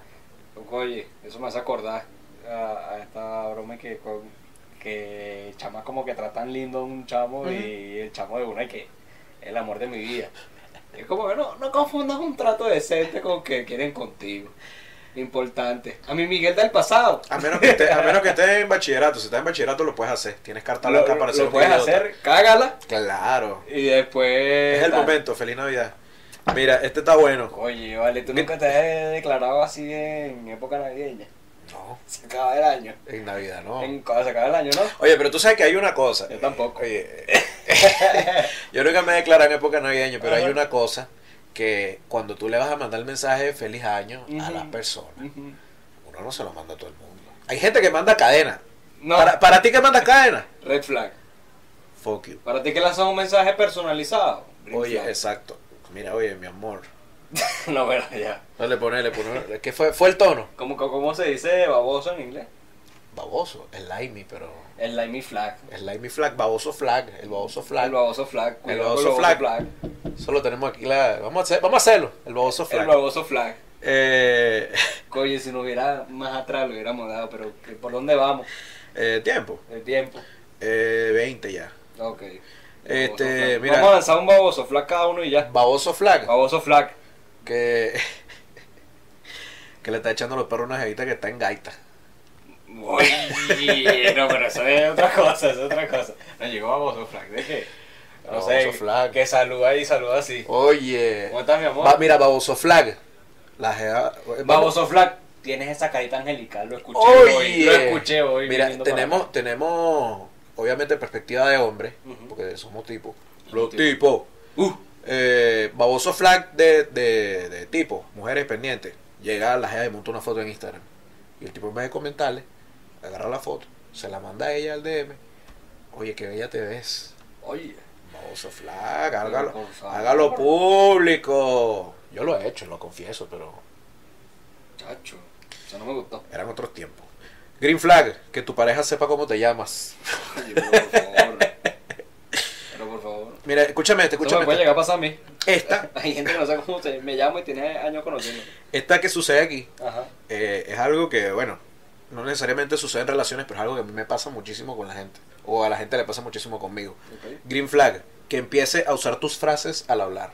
Speaker 3: Oye, eso me hace acordar a, a esta broma que, con- que chamas como que tratan lindo a un chamo y el chamo de una y que el amor de mi vida. Es como que no, no confundas un trato decente con que quieren contigo. Importante. A mi Miguel del pasado.
Speaker 2: A menos que estés a menos que estés en bachillerato, si estás en bachillerato lo puedes hacer, tienes carta
Speaker 3: Lo,
Speaker 2: blanca para
Speaker 3: lo
Speaker 2: ser un
Speaker 3: puedes
Speaker 2: idiota.
Speaker 3: hacer, cágala
Speaker 2: Claro,
Speaker 3: y después.
Speaker 2: es el
Speaker 3: tal.
Speaker 2: momento, feliz Navidad. Mira, este está bueno.
Speaker 3: Oye, vale, tú nunca te has declarado así en época navideña.
Speaker 2: No,
Speaker 3: Se acaba el año.
Speaker 2: en Navidad no.
Speaker 3: En, cuando se acaba el año, ¿no?
Speaker 2: Oye, pero tú sabes que hay una cosa.
Speaker 3: Yo tampoco.
Speaker 2: Oye, yo nunca me he declarado en época navideña, pero hay
Speaker 3: Ajá.
Speaker 2: una cosa que cuando tú le vas a mandar el mensaje de feliz año a
Speaker 3: Ujú.
Speaker 2: las personas,
Speaker 3: Ujú.
Speaker 2: uno no se lo manda a todo el mundo. Hay gente que manda cadena.
Speaker 3: No,
Speaker 2: Para, para ti que manda cadena.
Speaker 3: red flag.
Speaker 2: Fuck you.
Speaker 3: Para ti que lanzas un mensaje personalizado. Green
Speaker 2: Oye,
Speaker 3: flag.
Speaker 2: exacto. Mira, oye, mi amor.
Speaker 3: no, pero ya.
Speaker 2: No le pone, le pone. ¿Qué fue? Fue el tono.
Speaker 3: ¿Cómo, cómo- cómo se dice baboso en inglés?
Speaker 2: Baboso. Slimy, pero.
Speaker 3: El limey flag.
Speaker 2: Slimy flag, baboso flag. El baboso
Speaker 3: El
Speaker 2: flag.
Speaker 3: baboso flag. Cuidado
Speaker 2: baboso
Speaker 3: con el
Speaker 2: flag. Solo tenemos aquí la. Vamos a, hacer- vamos a hacerlo. El baboso
Speaker 3: El
Speaker 2: flag.
Speaker 3: baboso flag.
Speaker 2: Eh,
Speaker 3: Oye, si no hubiera más atrás lo hubiéramos dado, pero ¿qué- ¿por dónde vamos?
Speaker 2: eh, tiempo.
Speaker 3: El tiempo.
Speaker 2: Eh, 20 ya.
Speaker 3: Ok.
Speaker 2: Este,
Speaker 3: Baboso flag.
Speaker 2: mira.
Speaker 3: Vamos a lanzar un baboso flag cada uno y ya.
Speaker 2: Baboso flag.
Speaker 3: Baboso flag.
Speaker 2: Que. Que le está echando los perros a una jevita que está en gaita.
Speaker 3: Oye, no, pero eso es otra cosa, eso es otra cosa. No llegó baboso flag. ¿De qué? No
Speaker 2: Baboso
Speaker 3: sé.
Speaker 2: flag.
Speaker 3: Que saluda y saluda así.
Speaker 2: Oye.
Speaker 3: ¿Cómo estás, mi amor?
Speaker 2: Va, mira, baboso flag. La jeva. eh, vamos-
Speaker 3: Baboso Flag, tienes esa carita angelical, lo escuché hoy.
Speaker 2: Oye.
Speaker 3: Lo escuché hoy.
Speaker 2: Mira,
Speaker 3: viniendo para
Speaker 2: tenemos,
Speaker 3: acá.
Speaker 2: tenemos obviamente perspectiva de hombre,
Speaker 3: Ujú.
Speaker 2: porque somos tipos.
Speaker 3: Los
Speaker 2: Los tipos.
Speaker 3: Uh,
Speaker 2: Eh, baboso flag de, de, de tipo, mujeres pendientes. Llega la jefa y monta una foto en Instagram. Y el tipo en vez de comentarle, agarra la foto, se la manda a ella al DM. Oye, que bella te ves.
Speaker 3: oye.
Speaker 2: Baboso flag, hágalo,
Speaker 3: Por favor.
Speaker 2: hágalo público. Yo lo he hecho, lo confieso, pero
Speaker 3: Chacho. Eso no me gustó.
Speaker 2: eran otros tiempos. Green flag, que tu pareja sepa cómo te llamas.
Speaker 3: Oye, pero por favor. Pero por favor.
Speaker 2: Mira, escúchame, este,
Speaker 3: Eso me
Speaker 2: escúchame.
Speaker 3: puede llegar a pasar a mí.
Speaker 2: este. Esta,
Speaker 3: Hay gente que no sabe cómo se me llamo y tiene años conociendo.
Speaker 2: esta que sucede aquí,
Speaker 3: Ajá.
Speaker 2: eh, es algo que, bueno, no necesariamente sucede en relaciones, pero es algo que a mí me pasa muchísimo con la gente. O a la gente le pasa muchísimo conmigo.
Speaker 3: Ok.
Speaker 2: Green flag, que empiece a usar tus frases al hablar.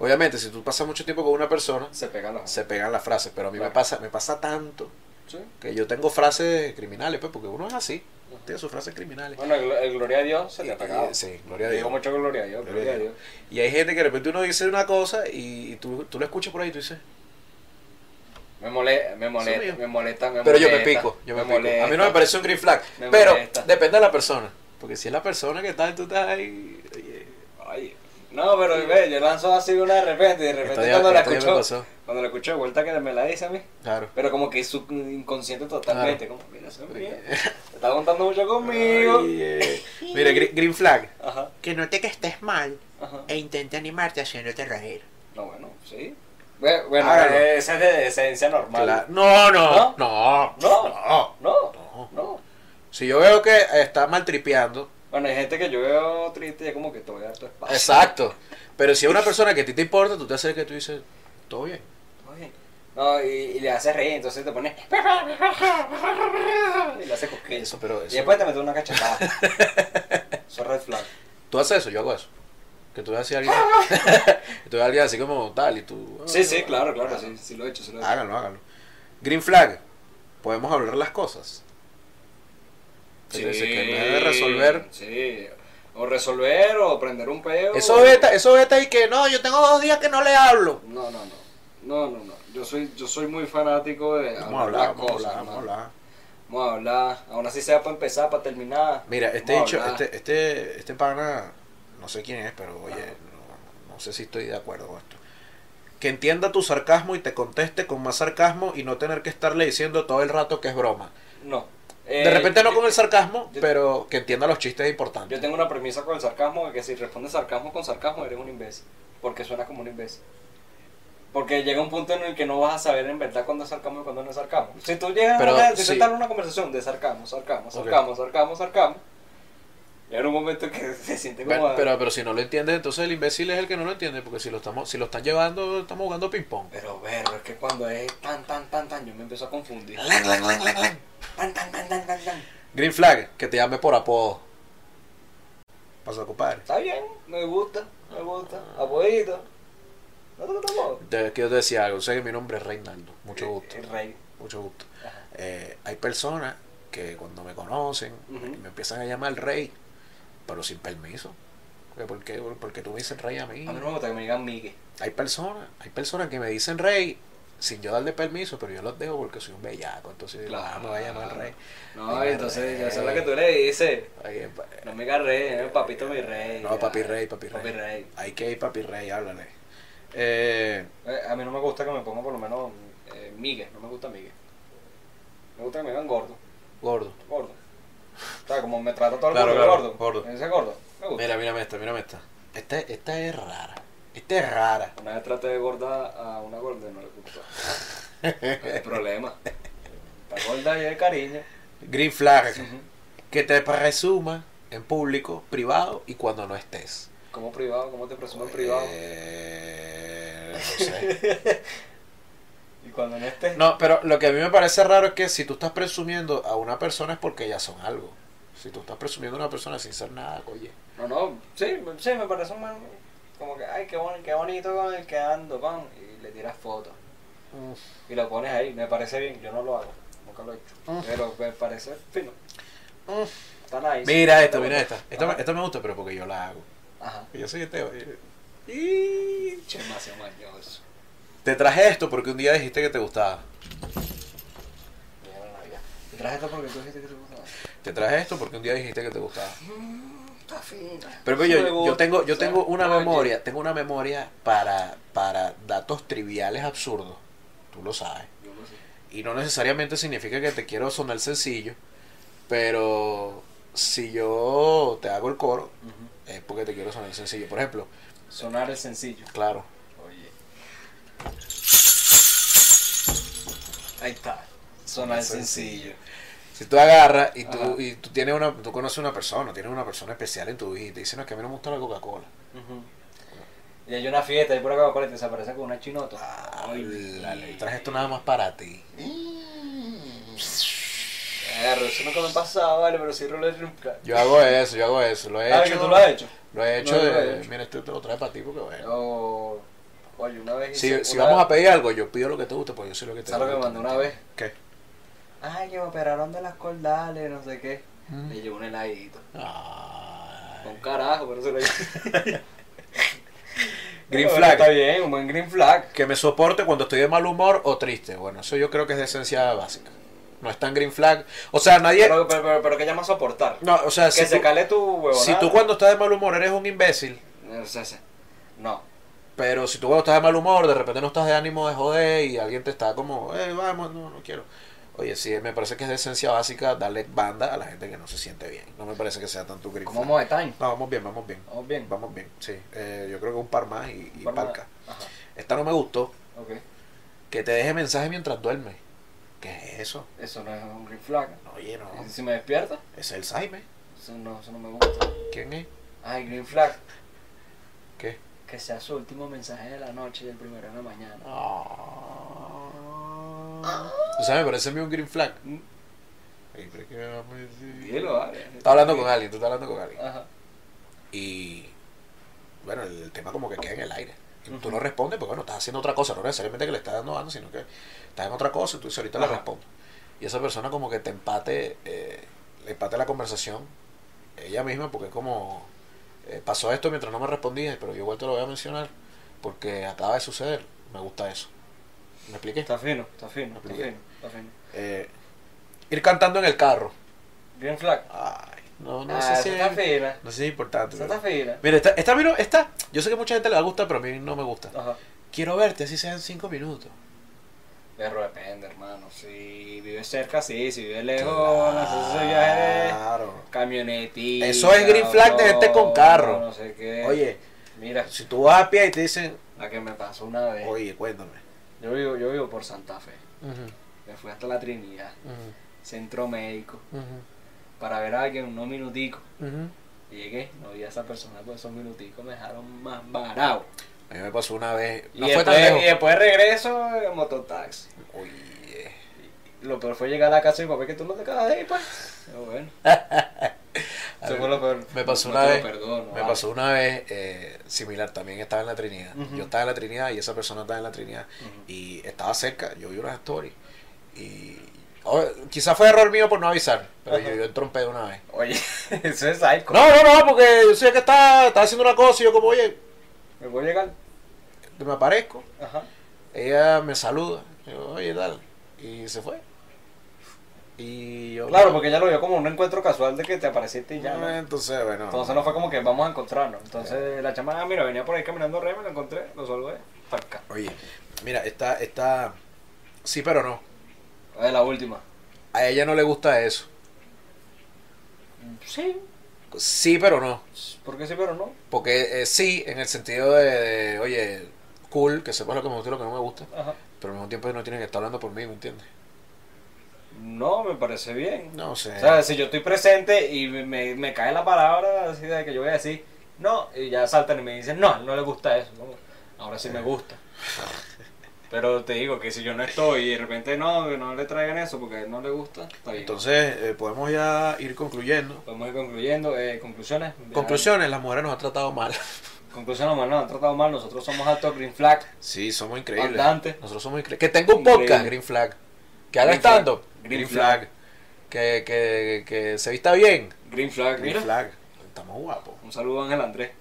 Speaker 2: Obviamente, si tú pasas mucho tiempo con una persona,
Speaker 3: Se pegan los
Speaker 2: se pegan las frases, pero a mí me
Speaker 3: Claro.
Speaker 2: pasa me pasa tanto
Speaker 3: Sí.
Speaker 2: que yo tengo frases criminales, pues, porque uno es así, tiene sus frases criminales.
Speaker 3: Bueno, el, el gloria a Dios se te ha pegado.
Speaker 2: Y- Eh, Sí, gloria a
Speaker 3: Digo
Speaker 2: Dios.
Speaker 3: mucho gloria a Dios, gloria,
Speaker 2: Gloria a
Speaker 3: a Dios.
Speaker 2: Y hay gente que de repente uno dice una cosa y, y tú, tú lo escuchas por ahí y tú dices,
Speaker 3: Me molesta, me
Speaker 2: mío.
Speaker 3: molesta, me molesta, me
Speaker 2: Pero yo me
Speaker 3: molesta,
Speaker 2: pico, yo me, pico.
Speaker 3: molesta.
Speaker 2: A mí no me parece un green flag.
Speaker 3: Me
Speaker 2: pero
Speaker 3: molesta.
Speaker 2: depende de la persona. Porque si es la persona que está, tú estás ahí. oye,
Speaker 3: Ay, no, pero ve, yo lanzo así una de repente, y de repente
Speaker 2: esto ya-
Speaker 3: cuando la
Speaker 2: esto ya me
Speaker 3: escucho,
Speaker 2: pasó.
Speaker 3: cuando la escucho de vuelta que me la dice a mí,
Speaker 2: Claro.
Speaker 3: pero como que es su inconsciente totalmente, como, mira, eso es mío, te está contando mucho conmigo.
Speaker 2: Ay, eh. Mira, gre- green flag.
Speaker 3: Ajá,
Speaker 4: Que note que estés mal
Speaker 3: ajá.
Speaker 4: e intente animarte haciéndote reír.
Speaker 3: No, bueno, sí. Ve- Bueno,
Speaker 2: Hágalo.
Speaker 3: eh, esa es de esencia normal.
Speaker 2: Cla- No, no,
Speaker 3: ¿No? No.
Speaker 2: no, no.
Speaker 3: No,
Speaker 2: No.
Speaker 3: no.
Speaker 2: Si yo veo que está mal tripeando,
Speaker 3: Bueno, hay gente que yo veo triste y es como que te voy a dar tu espacio.
Speaker 2: exacto. Pero si es una persona que a ti te importa, tú te haces que tú dices, todo bien.
Speaker 3: Oye, No, y, y le haces reír, entonces te pones. Y le haces cosquillas.
Speaker 2: Eso, pero
Speaker 3: Y
Speaker 2: eso.
Speaker 3: después te metes una cachetada. Eso es red flag.
Speaker 2: Tú haces eso, yo hago eso. Que tú haces a alguien, que tú ves a alguien así como tal y tú. ah,
Speaker 3: Sí, sí, claro, claro, Ah, sí, sí lo he hecho, sí lo he hecho.
Speaker 2: Háganlo, háganlo. Green flag. Podemos hablar las cosas.
Speaker 3: Sí,
Speaker 2: Entonces, que en vez de resolver.
Speaker 3: Sí, o resolver o prender un peo.
Speaker 2: Eso beta, eso beta y que no, yo tengo dos días que no le hablo.
Speaker 3: No, no, no. No, no, no. Yo soy, yo soy muy fanático de
Speaker 2: Vamos a hablar,
Speaker 3: las
Speaker 2: vamos a hablar,
Speaker 3: hermano.
Speaker 2: vamos a hablar.
Speaker 3: Vamos a hablar. Aún así sea para empezar, para terminar.
Speaker 2: Mira, este
Speaker 3: Vamos a
Speaker 2: dicho,
Speaker 3: hablar.
Speaker 2: este, este, este pana, no sé quién es, pero oye,
Speaker 3: Ajá.
Speaker 2: no, no sé si estoy de acuerdo con esto. Que entienda tu sarcasmo y te conteste con más sarcasmo y no tener que estarle diciendo todo el rato que es broma.
Speaker 3: No.
Speaker 2: De
Speaker 3: Eh,
Speaker 2: repente no
Speaker 3: yo-
Speaker 2: con el sarcasmo,
Speaker 3: yo-
Speaker 2: pero que entienda los chistes importantes.
Speaker 3: Yo tengo una premisa con el sarcasmo de que si respondes sarcasmo con sarcasmo eres un imbécil, porque suena como un imbécil. Porque llega un punto en el que no vas a saber en verdad cuándo es sarcasmo y cuándo no es sarcasmo. Si tú llegas
Speaker 2: Pero,
Speaker 3: a una, si tú
Speaker 2: sí.
Speaker 3: estás en una conversación de sarcasmo, sarcasmo, sarcasmo, sarcasmo, sarcasmo, llega un momento que se siente como...
Speaker 2: Pero, pero, pero si no lo entiendes, entonces el imbécil es el que no lo entiende, porque si lo estamos, si lo están llevando, estamos jugando ping pong.
Speaker 3: pero, pero, es que cuando es tan, tan, tan, tan, yo me empiezo a confundir.
Speaker 4: Lan, lan, lan, lan, lan.
Speaker 3: Tan, tan, tan, tan, tan, tan.
Speaker 2: Green flag, que te llame por apodo. Pasa, compadre.
Speaker 3: Está bien, me gusta, me gusta, apodito. No te gusta
Speaker 2: Te- Quiero decir algo, sé que mi nombre es Reinaldo. Mucho gusto.
Speaker 3: El rey.
Speaker 2: Mucho gusto.
Speaker 3: Ajá.
Speaker 2: Eh, hay personas que cuando me conocen
Speaker 3: Ujú.
Speaker 2: me empiezan a llamar rey, pero sin permiso. Porque, ¿Por qué? Porque tú me dices rey a mí.
Speaker 3: A mí no me gusta que me digan Migue.
Speaker 2: Hay personas, hay personas que me dicen rey sin yo darle permiso, pero yo los dejo porque soy un bellaco. Entonces, digo, ah, me va a llamar rey.
Speaker 3: No,
Speaker 2: Venga,
Speaker 3: entonces
Speaker 2: rey.
Speaker 3: yo sé lo que tú le dices.
Speaker 2: Ay, eh, pa-
Speaker 3: No me agarré, eh, papito mi rey.
Speaker 2: No, papi rey, papi rey.
Speaker 3: Papi rey.
Speaker 2: Hay que ir papi rey, háblale. Eh,
Speaker 3: Eh, a mí no me gusta que me pongan por lo menos eh, migue, no me gusta migue. Me gusta que me digan gordo,
Speaker 2: gordo.
Speaker 3: gordo. O sea, como me trata todo el
Speaker 2: Claro,
Speaker 3: mundo
Speaker 2: claro,
Speaker 3: gordo.
Speaker 2: gordo.
Speaker 3: Me dice gordo, me gusta.
Speaker 2: Mira, mírame esta, mírame esta. Esta, esta es rara. Esta es rara.
Speaker 3: Una vez traté de gorda a una gorda y no le gustó. No hay problema. Está gorda y de cariño.
Speaker 2: Green flag. Que te presuma en público, privado y cuando no estés.
Speaker 3: Como privado, como te presumo en privado.
Speaker 2: Eh, no sé.
Speaker 3: Y cuando no estés.
Speaker 2: No, pero lo que a mí me parece raro es que si tú estás presumiendo a una persona es porque ellas son algo. Si tú estás presumiendo a una persona sin ser nada, oye.
Speaker 3: No, no, sí, me- sí, me parece un man como que, ay, qué, bon- qué bonito con el que ando, pan, y le tiras fotos y lo pones ahí, me parece bien, yo no lo hago, nunca lo he hecho,
Speaker 2: Mm.
Speaker 3: pero me parece fino,
Speaker 2: Mm.
Speaker 3: está nice.
Speaker 2: Mira esta, mira
Speaker 3: Está
Speaker 2: esta. Esta, me-
Speaker 3: bueno.
Speaker 2: esta me gusta, pero porque yo la hago.
Speaker 3: Ajá,
Speaker 2: Yo soy este. eh,
Speaker 3: che, demasiado mañoso.
Speaker 2: Te traje esto porque un día dijiste que te gustaba.
Speaker 3: Mira, no, ya. traje esto porque tú dijiste que te gustaba.
Speaker 2: Te traje esto porque un día dijiste que te gustaba.
Speaker 1: Mm, está fina.
Speaker 2: Pero pues, yo,
Speaker 3: Luego,
Speaker 2: yo tengo, yo
Speaker 3: o sea,
Speaker 2: tengo una
Speaker 3: oye.
Speaker 2: memoria, tengo una memoria para, para datos triviales absurdos. Tú lo sabes.
Speaker 3: Yo no sé.
Speaker 2: Y no necesariamente significa que te quiero sonar sencillo, pero si yo te hago el coro, es porque te quiero sonar sencillo. Por ejemplo,
Speaker 3: Sonar es sencillo.
Speaker 2: claro,
Speaker 3: Oye. Ahí está. Sonar es sencillo.
Speaker 2: si tú agarras y
Speaker 3: Ajá.
Speaker 2: tú, y tú tienes una, tú conoces una persona, tienes una persona especial en tu vida y te dicen, no, es que a mí no me gusta la Coca-Cola.
Speaker 3: Y hay una fiesta, y por acá coca y te desaparece con una chinota.
Speaker 2: Ah, Dale, traje esto nada más para ti.
Speaker 3: Mm. Agarro, eso nunca me pasaba, vale, pero sí lo he hecho.
Speaker 2: Yo hago eso, yo hago eso, lo he
Speaker 3: Ah,
Speaker 2: hecho. Eh.
Speaker 3: que tú lo has hecho.
Speaker 2: Lo he hecho
Speaker 3: No,
Speaker 2: de.
Speaker 3: yo lo he hecho.
Speaker 2: Mira, este esto te lo trae para ti porque bueno.
Speaker 3: O- Oye, una vez.
Speaker 2: Si,
Speaker 3: hice
Speaker 2: si
Speaker 3: una-
Speaker 2: vamos a pedir algo, yo pido lo que te guste, porque yo sé lo que te gusta.
Speaker 3: ¿Sabes lo que me mandó una vez?
Speaker 2: ¿Qué?
Speaker 3: Ay, que me operaron de las cordales, no sé qué. Le llevo un heladito. Con
Speaker 2: Mm. Ay.
Speaker 3: carajo, pero se lo
Speaker 2: Green
Speaker 3: Bueno,
Speaker 2: flag.
Speaker 3: Está bien, un buen green flag.
Speaker 2: Que me soporte cuando estoy de mal humor o triste. Bueno, eso yo creo que es de esencia básica. No es tan green flag. O sea, nadie.
Speaker 3: Pero, pero, pero, pero que llama a soportar.
Speaker 2: no, o sea,
Speaker 3: que
Speaker 2: si
Speaker 3: se
Speaker 2: tú,
Speaker 3: cale tu huevonada.
Speaker 2: si tú cuando estás de mal humor eres un imbécil,
Speaker 3: O sea, se- No.
Speaker 2: pero si tú cuando estás de mal humor, de repente no estás de ánimo de joder y alguien te está como, eh, vamos, no, no quiero. Oye, sí, me parece que es de esencia básica darle banda a la gente que no se siente bien. No me parece que sea tanto green
Speaker 3: ¿Cómo
Speaker 2: flag.
Speaker 3: vamos de time?
Speaker 2: No, vamos bien, vamos bien.
Speaker 3: Vamos Oh, bien.
Speaker 2: Vamos bien, sí. Eh, yo creo que un par más y, y
Speaker 3: Por nada.
Speaker 2: palca.
Speaker 3: Ajá,
Speaker 2: Esta no me gustó.
Speaker 3: ok.
Speaker 2: Que te deje mensaje mientras duerme. ¿Qué es eso?
Speaker 3: Eso no es un green flag.
Speaker 2: No, Oye, no.
Speaker 3: ¿Y
Speaker 2: Ese
Speaker 3: Si me despierta,
Speaker 2: Es el Saime.
Speaker 3: eso no, eso no me gusta.
Speaker 2: ¿Quién es?
Speaker 3: Ay, green flag.
Speaker 2: ¿Qué?
Speaker 3: Que sea su último mensaje de la noche y el primero de la mañana.
Speaker 2: Tú sabes, me parece a mí un green flag.
Speaker 3: Mm,
Speaker 2: Ay, pero que me va a decir.
Speaker 3: Dilo, vale.
Speaker 2: Está hablando con alguien, tú estás hablando con alguien.
Speaker 3: Ajá.
Speaker 2: Y bueno, el tema como que queda en el aire. Y
Speaker 3: Ujú.
Speaker 2: tú no respondes porque bueno, estás haciendo otra cosa, no necesariamente que le estás dando dando, sino que estás en otra cosa y tú dices ahorita le
Speaker 3: Ajá.
Speaker 2: respondo. Y esa persona como que te empate, eh, le empate la conversación ella misma porque es como eh, pasó esto mientras no me respondías, pero yo igual te lo voy a mencionar porque acaba de suceder. Me gusta eso. ¿Me expliqué?
Speaker 3: Está fino, está fino, está
Speaker 2: Apliqué.
Speaker 3: fino, está fino.
Speaker 2: Eh, ir cantando en el carro.
Speaker 3: Green flag.
Speaker 2: Ay, no, no
Speaker 3: ah,
Speaker 2: sé
Speaker 3: esa
Speaker 2: si
Speaker 3: está
Speaker 2: es,
Speaker 3: fina.
Speaker 2: no sé si es importante.
Speaker 3: Esa
Speaker 2: pero-
Speaker 3: está fina.
Speaker 2: Mira, esta, esta, a mí no- esta, yo sé que a mucha gente le va a gustar, pero a mí no me gusta.
Speaker 3: Ajá.
Speaker 2: Quiero verte, así sean cinco minutos.
Speaker 3: Pero depende, hermano. Si vives cerca, sí. Si vives lejos, Oh, no sé si ese viaje
Speaker 2: Claro.
Speaker 3: de camionetita.
Speaker 2: Eso es green flag de gente con carro.
Speaker 3: No sé qué.
Speaker 2: Oye,
Speaker 3: Mira,
Speaker 2: si tú vas a pie y te dicen,
Speaker 3: la que me pasó una vez.
Speaker 2: oye, cuéntame.
Speaker 3: Yo vivo, yo vivo por Santa Fe. Me fui hasta la Trinidad, centro médico, para ver a alguien unos minuticos. Llegué, no vi a esa persona, pues esos minuticos me dejaron más varado.
Speaker 2: A mí me pasó una vez,
Speaker 3: Y,
Speaker 2: no fue tan
Speaker 3: después, y
Speaker 2: lejos.
Speaker 3: después regreso en mototaxi.
Speaker 2: Oye.
Speaker 3: Lo peor fue llegar a la casa de mi papá que tú no te quedas ahí, pues. Pero bueno. Eso fue lo peor.
Speaker 2: Me pasó
Speaker 3: No
Speaker 2: una
Speaker 3: te lo
Speaker 2: vez,
Speaker 3: perdono, ah.
Speaker 2: me
Speaker 3: vale.
Speaker 2: pasó una vez eh, similar, también estaba en la Trinidad.
Speaker 3: Ujú.
Speaker 2: Yo estaba en la Trinidad y esa persona estaba en la Trinidad.
Speaker 3: Ujú.
Speaker 2: Y estaba cerca, yo vi unas stories. Y oh, quizás fue error mío por no avisar, pero
Speaker 3: Ajá.
Speaker 2: yo, yo entrompé de una vez.
Speaker 3: Oye, eso es psycho.
Speaker 2: No, no, no, porque yo sé que está, está haciendo una cosa y yo como, oye,
Speaker 3: Me voy a llegar.
Speaker 2: me aparezco.
Speaker 3: Ajá.
Speaker 2: Ella me saluda. Yo, oye, tal. Y se fue. Y yo...
Speaker 3: Claro, porque ella lo vio como un encuentro casual de que te apareciste y ya.
Speaker 2: No,
Speaker 3: ¿no?
Speaker 2: Entonces, bueno.
Speaker 3: Entonces no fue como que vamos a encontrarnos. Entonces la chama, ah, mira, venía por ahí caminando re, me lo encontré, lo saludé, para acá.
Speaker 2: Oye, mira, está, está... Sí, pero no.
Speaker 3: A ver, Eh, la última.
Speaker 2: A ella no le gusta eso.
Speaker 3: Sí,
Speaker 2: Sí, pero no.
Speaker 3: ¿por qué sí, pero no?
Speaker 2: Porque eh, sí, en el sentido de, de, oye, cool, que sepas lo que me gusta y lo que no me gusta.
Speaker 3: Ajá.
Speaker 2: Pero al mismo tiempo no tienen que estar hablando por mí, ¿me entiendes?
Speaker 3: No, me parece bien.
Speaker 2: No sé.
Speaker 3: O sea, si yo estoy presente y me- me, me cae la palabra así de que yo voy a decir no, y ya saltan y me dicen no, no le gusta eso. ¿no? Ahora sí me gusta. Pero te digo que si yo no estoy y de repente no, que no le traigan eso porque a él no le gusta, está bien.
Speaker 2: Entonces, eh, podemos ya ir concluyendo.
Speaker 3: Podemos ir concluyendo. eh, conclusiones.
Speaker 2: Conclusiones, las mujeres nos han tratado mal.
Speaker 3: Conclusiones, no, nos han tratado mal. Nosotros somos altos green flag.
Speaker 2: Sí, somos increíbles.
Speaker 3: Andante.
Speaker 2: Nosotros somos increíbles. Que tenga un podcast,
Speaker 3: Increíble.
Speaker 2: Green Flag. Que haga
Speaker 3: Green flag.
Speaker 2: stand-up, Green,
Speaker 3: Green
Speaker 2: Flag. Que, que, que se vista bien,
Speaker 3: Green flag,
Speaker 2: Green
Speaker 3: mira.
Speaker 2: Flag. Estamos guapos.
Speaker 3: Un saludo a Ángel Andrés.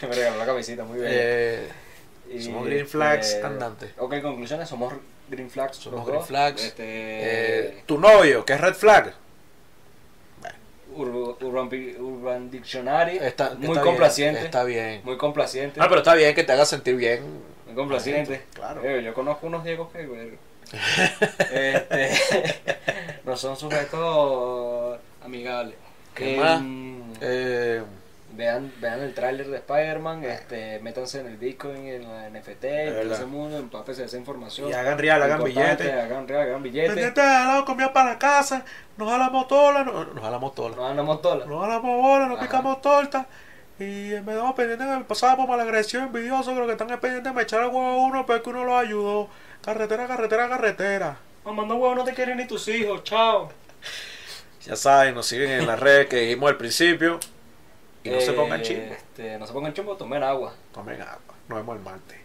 Speaker 3: que me regaló la camisita, muy bien.
Speaker 2: Eh,
Speaker 3: Y,
Speaker 2: somos green flags andantes.
Speaker 3: Ok, conclusiones, somos Green Flags.
Speaker 2: este, Somos
Speaker 3: los
Speaker 2: Green
Speaker 3: dos.
Speaker 2: Flags.
Speaker 3: Este,
Speaker 2: Eh, tu novio, que es Red Flag.
Speaker 3: Ur- Urban, Pi- Urban Dictionary.
Speaker 2: Está,
Speaker 3: eh, muy
Speaker 2: está
Speaker 3: complaciente.
Speaker 2: Bien, está bien.
Speaker 3: Muy complaciente.
Speaker 2: No, Ah, pero está bien que te haga sentir bien.
Speaker 3: muy complaciente.
Speaker 2: Claro.
Speaker 3: Eh, yo conozco unos Diegos que. verga. Este, no son sujetos amigables.
Speaker 2: ¿Qué
Speaker 3: Em,
Speaker 2: Eh,
Speaker 3: Vean, vean el tráiler de Spider-Man, este, métanse en el Bitcoin, en la NFT, en todo
Speaker 2: Ah. verdad.
Speaker 3: ese mundo, empáfense de esa información.
Speaker 2: y hagan real, hagan
Speaker 3: Importante,
Speaker 2: billetes.
Speaker 3: Hagan real, hagan billetes.
Speaker 2: Pendiente de la comida para casa. Nos jalamos tola. no- Nos jalamos tola.
Speaker 3: No andamos todas.
Speaker 2: Nos jalamos bola, nos
Speaker 3: Ajá.
Speaker 2: picamos torta. Y me damos pendiente que pasábamos por agresión envidioso, que lo que están es pendiente de me echar el huevo a uno, pero es que uno los ayudó. Carretera, carretera, carretera.
Speaker 3: Mamá, no huevo, no te quieren ni tus hijos, chao.
Speaker 2: Ya saben, nos siguen en las redes que dijimos al principio. Y no se pongan
Speaker 3: Eh,
Speaker 2: chismes.
Speaker 3: Este, no se pongan chimbo, tomen agua.
Speaker 2: Tomen agua. Nos vemos el martes.